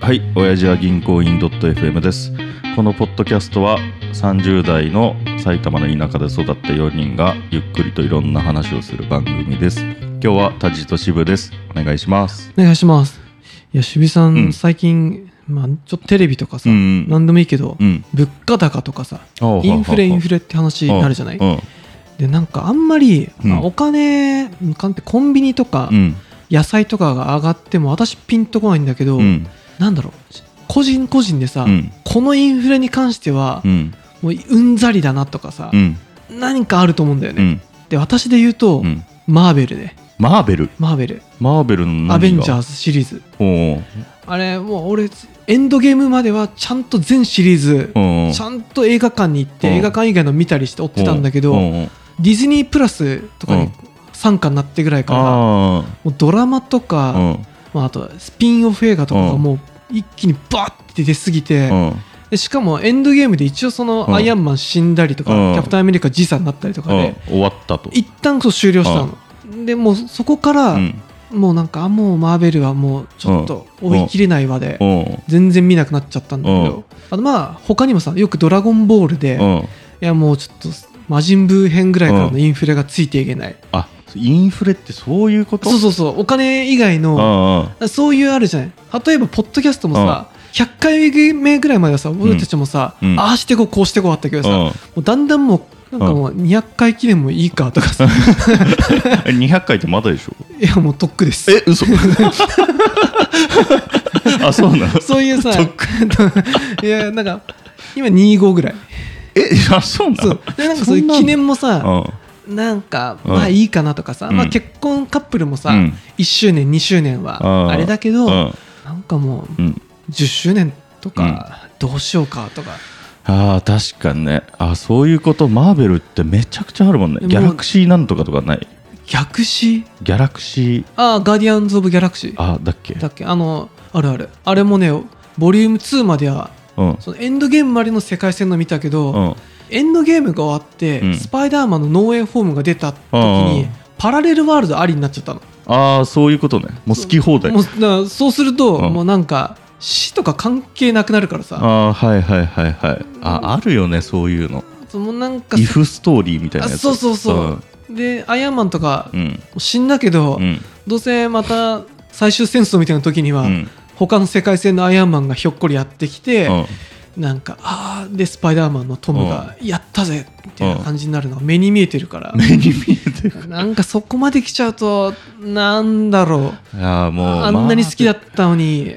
はい、親父は銀行員 .fm です。このポッドキャストは30代の埼玉の田舎で育った4人がゆっくりといろんな話をする番組です。今日はタジとシブです。お願いします。お願いしますいや渋井さん、うん最近、まあ、ちょっとテレビとかさ、うん何でもいいけど、うん。物価高とかさインフレインフレって話になるじゃないうん。でなんかあんまり、うんあお金お金ってコンビニとかうん。野菜とかが上がっても私ピンとこないんだけど、うん。なんだろう個人個人でさ、うん。このインフレに関してはう、ん。もううんざりだなとかさう、ん。何かあると思うんだようね、ん。で私で言うと、うん。マーベルでマーベル。マーベルマーベルの何がアベンジャーズシリーズおうあれもう俺エンドゲームまではちゃんと全シリーズおうちゃんと映画館に行ってうん映画館以外の見たりして追ってたんだけおうどおうディズニープラスとかうにん参加になってぐらいからもあうドラマとあ。かまああとスピンオフ映画とかうがんもう一気にバーって出すぎうてん。うん。でしかもエンドゲームで一応そうんのアイアンマン死んだりとかうんキャプテンアメリカ時差になったりとかうんで終わったと。一旦そう終了したのでもうそこからうん。もうなんかあもうマーベルはもうちょっと追い切れないわでおう全然見なくなっちゃったんだけうんどあのまあ他にもさよく「ドラゴンボールで」うん。いやもうちょっと魔人ブー編ぐらいからうのんインフレがついていけない、あ、インフレってそういうことそうそうそうお金以外のああそういうあるじゃない例えばポッドキャストもさ100回目ぐらいまではさ俺たちもさ、うんああしてこうこうしてこうあったけどさ、もうだんだんもうなんかもう200回記念もいいかとかさうん、200回ってまだでしょ いやもうとっくですえ 嘘あそうなのそういうさとっ いやなんか今25ぐらいえあそうなそのうでなんかそういう記念もさなんかうんまあいいかなとかさ、うんまあ、結婚カップルもさ、うん1周年2周年あーはあれだけうんど、うんなんかもううん10周年とかどうしようかとか、あー確かにねあそういうことマーベルってめちゃくちゃあるもんねもうギャラクシーなんとかとかない逆しギャラクシーああガーディアンズ・オブ・ギャラクシーあだっけだっけあのあるあるあれもねボリューム2まではうんそのエンドゲームまでの世界線の見たけど、うんエンドゲームが終わって、うんスパイダーマンのノーエイホームが出た時に、うんパラレルワールドありになっちゃったのああそういうことねもう好き放題もうだからそうすると、うんもうなんか死とか関係なくなるからさああーはいはいはいはいああるよねそういうのそのなんかイフストーリーみたいなやつあそうそうそうでアイアンマンとかう、ん死んだけど、うんどうせまた最終戦争みたいな時にうは、ん他の世界線のアイアンマンがひょっこりやってきて、うんなんかあーでスパイダーマンのトムが「やったぜ!」みたいな感じになるのが目に見えてるから、目に見えてるなんかそこまで来ちゃうとなんだろういやーもうあんなに好きだったのに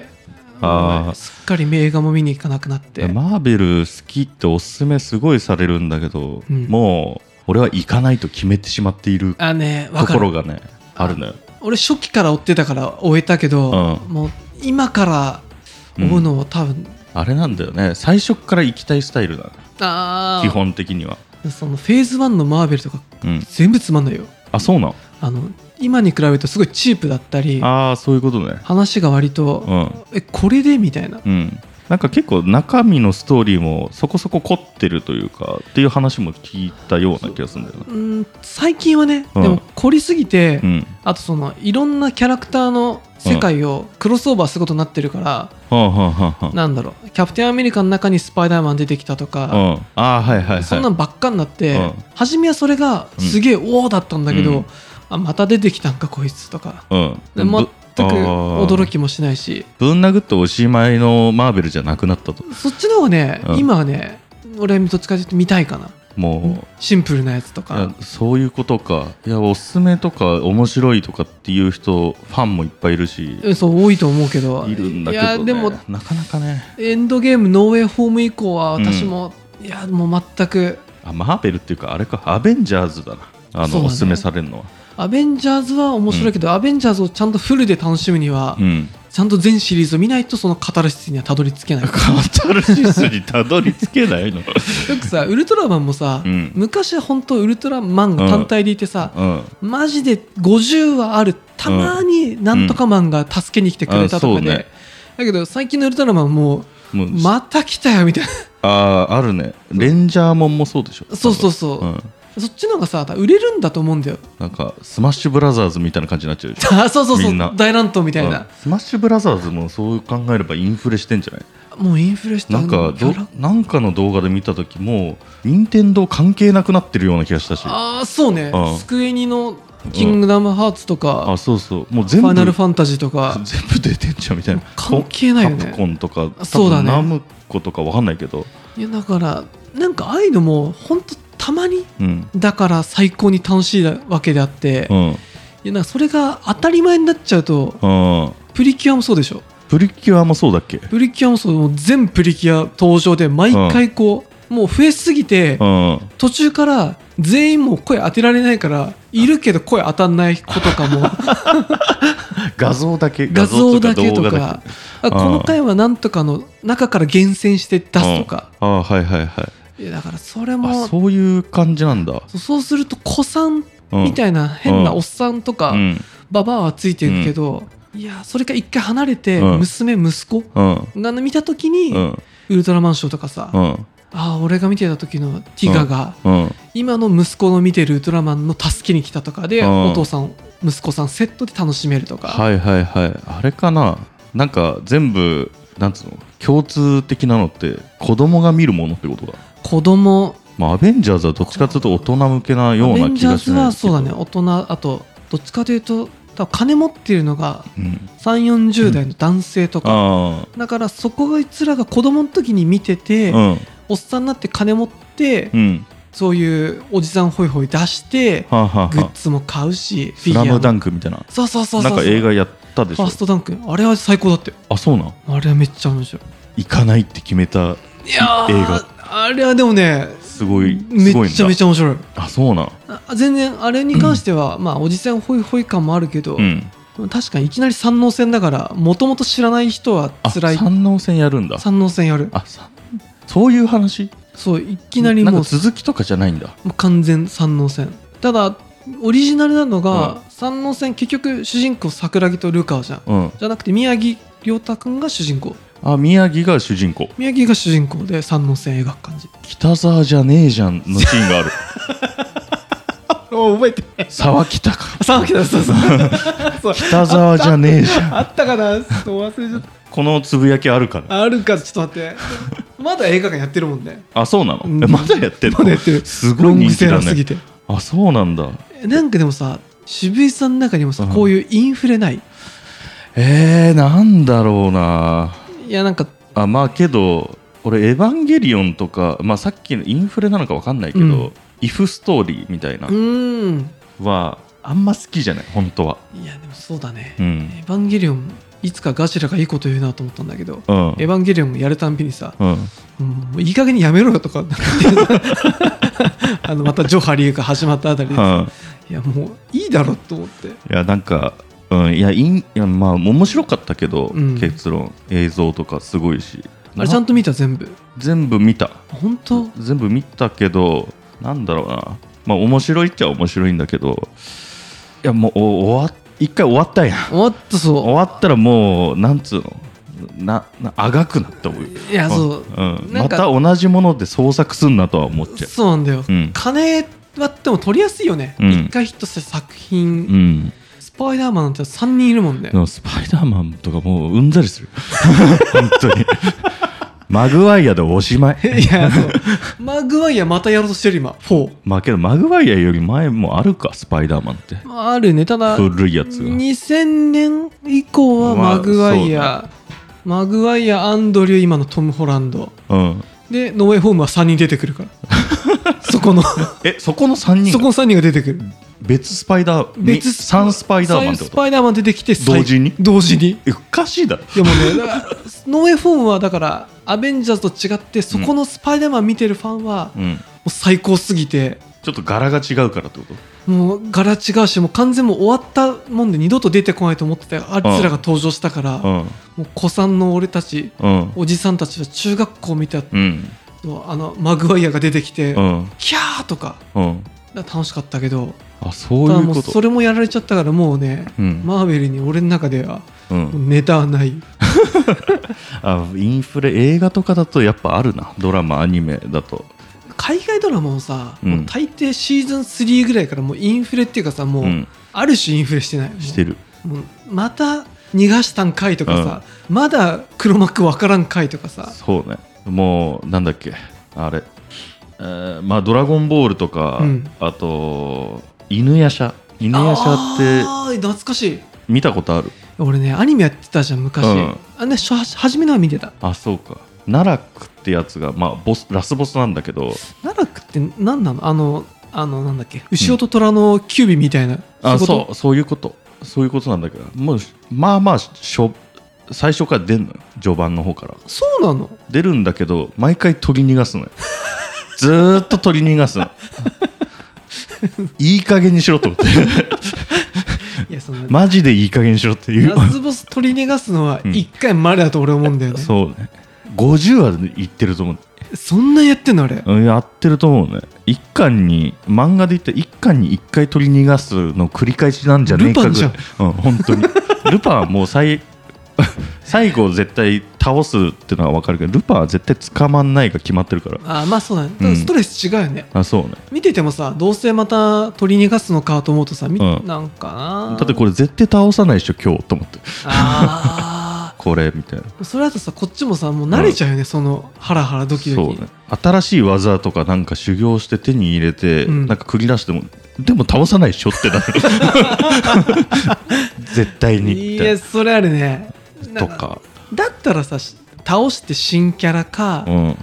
あーすっかり映画も見に行かなくなって、マーベル好きっておすすめすごいされるんだけど、うんもう俺は行かないと決めてしまっているあねわとかこるろがねあるのよ俺初期から追ってたから追えたけど、うもう今から追うのは多分、あれなんだよね最初から行きたいスタイルだあー基本的には、そのフェーズ1のマーベルとかうん、全部つまんないよあそうなのあの今に比べるとすごいチープだったりああそういうことね話が割と、うんえこれでみたいなうんなんか結構中身のストーリーもそこそこ凝ってるというかっていう話も聞いたような気がするんだよねうん最近はね、うんでも凝りすぎて、うんあとそのいろんなキャラクターの世界をクロスオーバーすることになってるから、はあはあはあはなんだろうキャプテンアメリカの中にスパイダーマン出てきたとか、あ、うん、あーはいはいはいそんなんばっかになって、うん初めはそれがすげえおおだったんだけうど、んあまた出てきたんかこいつとかうんで全く驚ききもしないしぶん殴っておしまいのマーベルじゃなくなったとそっちの方がね、うん今はね俺はどっちかというと見たいかなもシンプルなやつとう、いやかそういうことかいやおすすめとか面白いとかっていう人ファンもいっぱいいるしうんそう多いと思うけどいるんだけど、いね、やでもなかなかねエンドゲームノーウェイホーム以降は私も、いやもう全くあマーベルっていうかあれかアベンジャーズだなあその、うだねおすすめされるのはアベンジャーズは面白いけど、アベンジャーズをちゃんとフルで楽しむには、うんちゃんと全シリーズを見ないとそのカタルシスにはたどり着けないカタルシスにたどり着けない のよくさウルトラマンもさ、うん昔は本当ウルトラマンが単体でいてさ、うんマジで50はあるたまになんとかマンが助けに来てくれたとかうんで、あそうねだけど最近のウルトラマンももうう、また来たよみたいあーあるねレンジャーモンもそうでしょなそうそうそう、んそっちの方がさ売れるんだと思うんだよなんかスマッシュブラザーズみたいな感じになっちゃうでしょあそうそうそみんなう大乱闘みたいうんな、スマッシュブラザーズもそう考えればインフレしてんじゃないもうインフレしたなんかどなんかの動画で見た時も任天堂関係なくなってるような気がしたしああそうねうんスクエニの「キングダムハーツ」とかあそうそうもう「フ全部ァイナルファンタジー」とか全部出てんじゃんみたいな関係ないよねカプコンとかあそうだね多分ナムコとかわかんないけどいやだからなんかああいうのも本当たまにうんだから最高に楽しいわけであって、ういんうんやなんかそれが当たり前になっちゃうとプリキュアもそうでしょプリキュアもそうだっけプリキュアもそうもう全プリキュア登場で毎回こう、もう増えすぎて、うん途中から全員もう声当てられないからいるけど声当たんない子とかも 画像だけ画像だけと動か画あこの回はなんとかの中から厳選して出すとか、うんああはいはいはいいやだからそれあもそういう感じなんだそうそうすると子さんうんみたいな変なおっさんとか、うんババアはついてるけど、いやそれから一回離れて、うん娘息子うんが見た時に、うんウルトラマンショーとかさ、うあんあ俺が見てた時のティガが、うん今の息子の見てるウルトラマンの助けに来たとかで、うんお父さん息子さんセットで楽しめるとか、はいはいはいあれかななんか全部なんつうの共通的なのって子供が見るものってことだ子供まあアベンジャーズはどっちかというと大人向けなアようベなン気ジャがーしズないはそうだね大人あとどっちかというと多分金持ってるのがうん3 4 0代の男性とか、あだからそこがいつらが子供の時に見てて、あうんおっさんになって金持って、うんそういうおじさんホイホイ出して、はあはあグはあッズも買うし、スラムダンク。ンクみたいなそうそうそうそう。なんか映画やったでしファょーストダンク。あれは最高だって。あそうなんあれはめっちゃ面白行かないって決めたい。いやー、映画あれはでもね、すごいめすごいんだっちゃめちゃ面白い。あそうなんあ全然、あれに関しては、まあ、おじさんホイホイ感もあるけど、うん確かにいきなり山王戦だから、もともと知らない人はあ辛い。三能戦やるんだ山王戦やる。あさそういう話いそう、いきなりもう、続きとかじゃないんだもう完全山王戦。ただ、オリジナルなのが、山王戦、結局、主人公、桜木とルカワじゃん。うんじゃなくて宮城亮太君が主人公あ宮城が主人公宮城が主人公で三能線描く感じ北沢じゃねえじゃんのシーンがある覚えて沢北か 沢木だそうそうそう北沢じゃねえじ ゃんあったかなちょっと忘れちゃっこのつぶやきあるからたあるかちょっと待ってまだ映画館やってるもんねあそうなのうんえまだやってんのまだやってるすごロいング人気セだラーすぎねてあそうなんだなんかでもさ渋井さんの中にもさうんこういうインフレないえー、なんだろうないやなんかあまあけど俺「エヴァンゲリオン」とか、まあ、さっきのインフレなのか分かんないけど、うんイフストーリーみたいなうーんはあんま好きじゃない本当は、いやでもそうだねうエんヴァンゲリオンいつかガジラがいいこと言うなと思ったんだけどうんエヴァンゲリオンやるたんびにさうん、うんもういい加減にやめろよとか あのまたジョハリーが始まったあたりではいやもういいだろと思っていやなんか、うん、いやいんいやまあ面白かったけど、うん結論映像とかすごいしあれちゃんなと見た全部全部見た本当全部見たけどなんだろうなまあ面白いっちゃ面白いんだけどいやもうお終わ一回終わったやん終わった終そわったらもうなんつうのななあがくなって思うういやそううん、なまんかた同じもので創作すんなとは思っちゃうそうなんだようん金はでも取りやすいよねうん一回ヒットした作う品んスパイダーマンなんて3人いるもんねでもスパイダーマンとかもううんざりする 本当にマグワイアでおしまいい やそうマグワイアまたやろうとしてる今4まあけどマグワイアより前もあるかスパイダーマンってまああるねただ古いやつが2000年以降はマグワイまア、マグワイアアンドリュー今のトム・ホランドうんでノーウェイホームは3人出てくるから そこのそえそこの3人この3人が出てくる別スパイダー別別3スパイダーマンって三こスパイダーマン出てきて最同時に同時にとえおかしいだろでもねだからノーウェイホームはだからアベンジャーズと違ってそこのスパイダーマン見てるファンはもうんう最高すぎてちょっと柄が違うからってこともう柄違うしもう完全もう終わったもんで二度と出てこないと思ってたあいつらが登場したからうもう子さんの俺たちんうんおじさんたちは中学校見たうんとあのマグワイアが出てきて、うんキャーとかうんだから楽しかったけどあそうただいもううことそれもやられちゃったからもうね、うんマーベルに俺の中ではうもうんネタはないあインフレ映画とかだとやっぱあるなドラマアニメだと海外ドラマもさ、うんもう大抵シーズン3ぐらいからもうインフレっていうかさもう、うん、ある種インフレしてないもうしてるもうまた逃がしたんかいとかさ、まだ黒幕わからんかいとかさそうねもうなんだっけあれ、えーまあ「ドラゴンボール」とか、うんあと「犬夜叉」犬夜叉ってあー懐かしい見たことある俺ねアニメやってたじゃん昔、うんあね初初めのは見てたあそうかナラクってやつが、まあ、ボスラスボスなんだけど奈落って何なのあのあのなんだっけ牛と虎のキュービみたいな、あいそことうそういうことそういうことなんだけどもうまあまあしょ最初から出んのよ序盤の方からそう なの出るんだけど毎回取り逃が すのよずーっと取り逃がすのいい加減にしろと思 っていやその、マジでいい加減にしろっていうラスボス取り逃がすのはうん一回までだと俺思うんだよね、そうね50話でいってると思うそんなやってんのあれうんやってると思うね一巻に漫画で言ったら一巻に一回取り逃がすの繰り返しなんじゃねえかぐらいルうん本当にルパンはもう最 最後絶対倒すってのは分かるけどルパンは絶対捕まんないが決まってるからあまあそうだねうんただストレス違うよね、あそうね見ててもさどうせまた取り逃がすのかと思うとさ、みうんなんかなだってこれ絶対倒さないでしょ今日と思って あこれみたいなあそれだとさこっちもさもう慣れちゃうよね、そのハラハラドキドそうキ、ね新しい技とかなんか修行して手に入れて、うんなんか繰り出してもでも倒さないでしょってなる 絶対にいみたいやそれあるねなとかだったらさし倒して新キャラかう、ん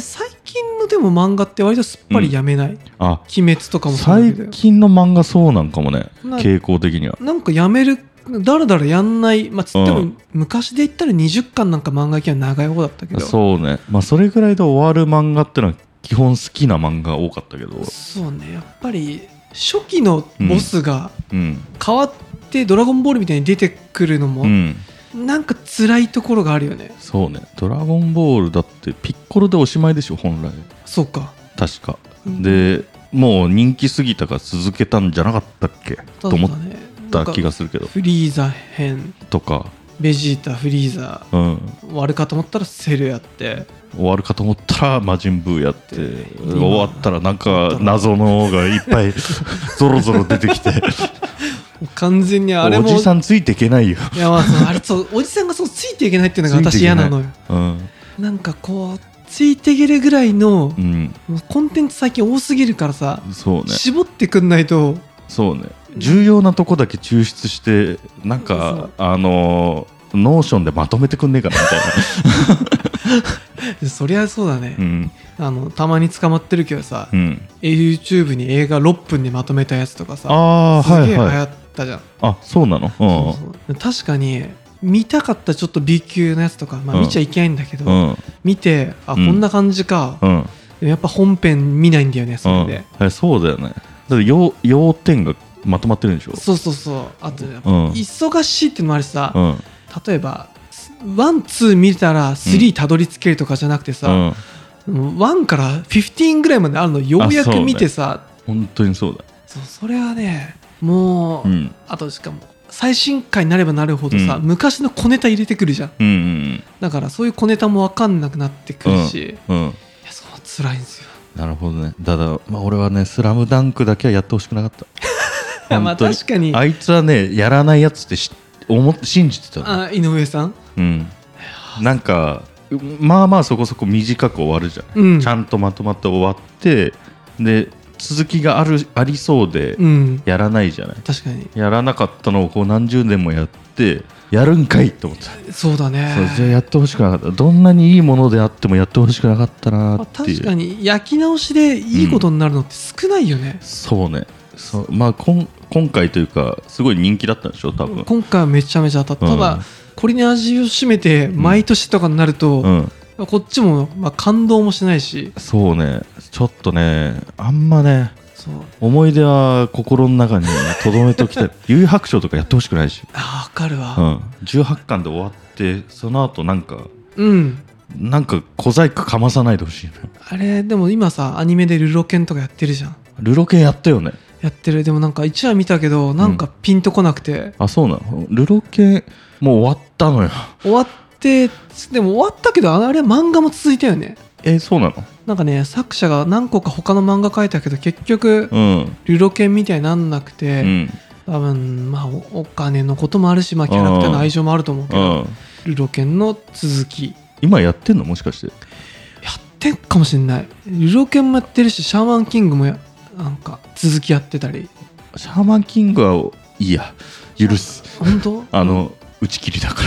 最近のでも漫画って割とすっぱりやめない、鬼あ滅とかもそうだ最けど近の漫画そうなんかもねな傾向的にはなんかやめるだらだらやんないまあつってうもん昔で言ったら20巻なんか漫画系は長い方だったけどうそうねまあそれぐらいで終わる漫画ってのは基本好きな漫画が多かったけどそうねやっぱり初期のボスがうん変わって「ドラゴンボール」みたいに出てくるのうもんなんか辛いところがあるよねそうね「ドラゴンボール」だってピッコロでおしまいでしょ本来そうか確かうんでもう人気すぎたから続けたんじゃなかったっけと思っだねた気なんかがするけどフリーザ編とか、ベジータフリーザうん、悪かと思ったらセルやって終わるかと思ったら魔人ブーやって今終わったらなんか謎のがいっぱい ゾロゾロ出てきてもう完全にあれおもじさんついていけないよ、いやまあそのあれそうおじさんがそうついていけないっていうのがついて私いけ嫌ないなのようんなんかこうついていけるぐらいのうん、もうコンテンツ最近多すぎるからさ、そうね絞ってくんないとそうね重要なとこだけ抽出してなんかあのーノーションでまとめてくんねえかなみたいな、そりゃそうだねう、んあのたまに捕まってるけどさ、うん、 YouTube に映画6分でまとめたやつとかさああーすはげいえ流は行いったじゃん、あそうなのうんそうそう確かに見たかったちょっと B 級のやつとか、まうんあ、見ちゃいけないんだけど、うん見てあこうんんな感じか、うんやっぱ本編見ないんだよねそれで、うん、えそうだよねだって要要点がまとまってるんでしょそうそうそうあとやっぱうん忙しいってのもあるしさ、うんうん例えばワンツー見たら3たどり着けるとかじゃなくてさ、ワンから15ぐらいまであるのようやあそくうね見てさ本当にそうだそう、それはねもう、うんあとしかも最新回になればなるほどさ、うん昔の小ネタ入れてくるじゃんうんだからそういう小ネタも分かんなくなってくるし、いやうんうんうんそう辛いんですよなるほどねただ、まあ、俺はね「スラムダンクだけはやってほしくなかった まあ確かにあいつはねやらないやつってし思って信じてたのあ井上さんうんなんかまあまあそこそこ短く終わるじゃん、うんちゃんとまとまって終わってで続きがあるありそうでうんやらないじゃない、確かにやらなかったのをこう何十年もやってやるんかいって思ったそうだねそうじゃあやってほしくなかったどんなにいいものであってもやってほしくなかったなまあって確いう、かに焼き直しでいいことになるのって少ないよね、そうねそうまあこん今回というかすごい人気だったんでしょ多分今回はめちゃめちゃ当たった、うんただこれに味を占めて毎年とかになると、うんまあこっちもまあ感動もしないしそうねちょっとねあんまねそう思い出は心の中に留め ときたい幽遊白書とかやってほしくないし、あーわかるうわん、18巻で終わってその後なんかうん、なんか小細工かまさないでほしいねあれでも今さアニメでルロケンとかやってるじゃんルロケンやったよねやってるでもなんか1話見たけどなんかピンとこなくて、あそうなのルロケンもう終わったのよ終わってでも終わったけどあれ漫画も続いたよね えそうなのなんかね作者が何個か他の漫画描いたけど結局うんルロケンみたいになんなくうて、ん多分まあおお金のこともあるし、まあ、キャラクターの愛情もあると思うけうど、んルロケンの続き今やってんのもしかしてやってんかもしんないルロケンもやってるしシャーマンキングもやなんか続きやってたりシャーマンキングはいいや許す本当あの打ち切りだか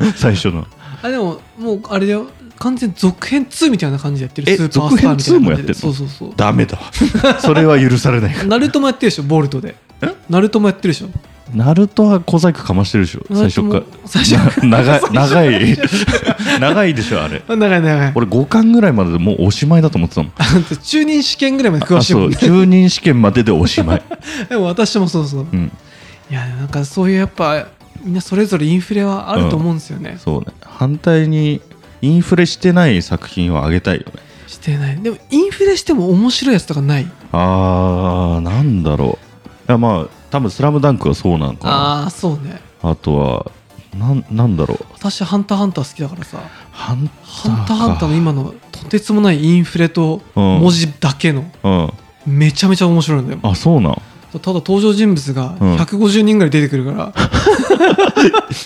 ら 最初のあでももうあれだよ完全続編2みたいな感じでやってるえスーパースターみたいな感じで続編2もやってんそのうそうそうダ メだそれは許されないからナルトもやってるでしょボルトでえナルトもやってるでしょナルトは小細工かましてるでしょ最初から最 初からな長い長い 長いでしょあれあ長い長い俺5巻ぐらいまででもうおしまいだと思ってたもんあんた 中任試験ぐらいまで詳あしいもそんうね就任試験まででおしまい、でも私もそうそううん、いやなんかそういうやっぱみんなそれぞれインフレはあると思うんですよね、そうね反対にインフレしてない作品をあげたいよねしてないでもインフレしても面白いやつとかないあーなんだろういやまあ多分「スラムダンクはそうなのかなああーそうねあとはなんなんだろう私ハンターハンター好きだからさ「ハンターか」ハンターハンターの今のとてつもないインフレとうん文字だけのめちゃめちゃ面白いんだようん、あそうなんただ登場人物がうん150人ぐらい出てくるから、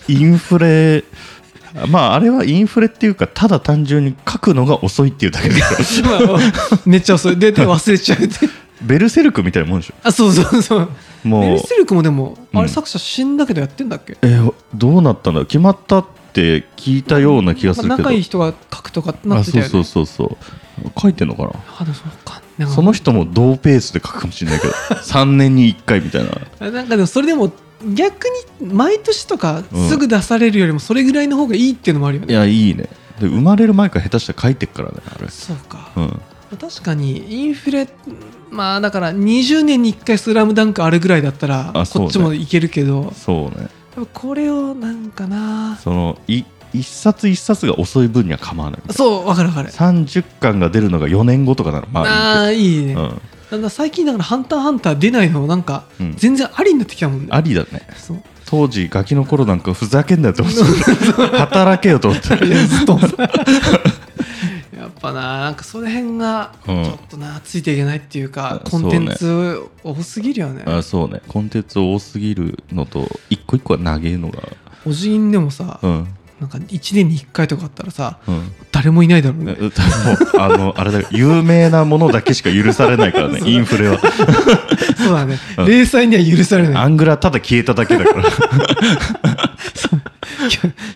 インフレまああれはインフレっていうかただ単純に書くのが遅いっていうだけ でまあめっちゃ遅いでで忘れちゃうってベルセルクみたいなもんでしあそうそうそうょもうベルセルクもでも、うんあれ作者死んだけどやってんだっけえーどうなったんだろう決まったって聞いたような気がするけど、まあ仲いい人が書くとかなあってたそうよねそうそうそう書いてんのかなあでもそうかなんかその人も同ペースで書くかもしれない けど3年に1回みたいななんかでもそれでも逆に毎年とかうんすぐ出されるよりもそれぐらいの方がいいっていうのもあるよいね、やいいねで生まれる前から下手したら書いてっからねあれそうか、うん確かにインフレまあだから20年に1回「スラムダンクあるぐらいだったらあそうねこっちもいけるけど、そうねやっぱこれをなんかなそのい一冊一冊が遅い分には構わないそうわかるわかる30巻が出るのが4年後とかならまあああいいいいね、けどなんだ最近だから「ハンターハンター」出ないのもなんかうん全然ありになってきたもんうねん、ありだねそう当時ガキの頃なんかふざけんなよと思ってた 働けよと思ってたいやずっとやっぱななんかその辺がちうんょっとな、ついていけないっていうかあコンテンツ多すぎるよねあそうねコンテンツ多すぎるのと一個一個は長えのがおじいんでもさ、うんなんか1年に1回とかあったらさうん誰もいないだろうえねもうあのあれだよ有名なものだけしか許されないからねインフレ はそうだね、うん零細には許されないアングラただ消えただけだから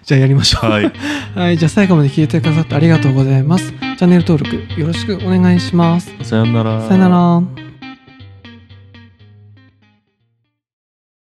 じゃあやりましょ うはいはい、じゃあ最後まで聞いてくださってありがとうございますチャンネル登録よろしくお願いしますさよならさよなら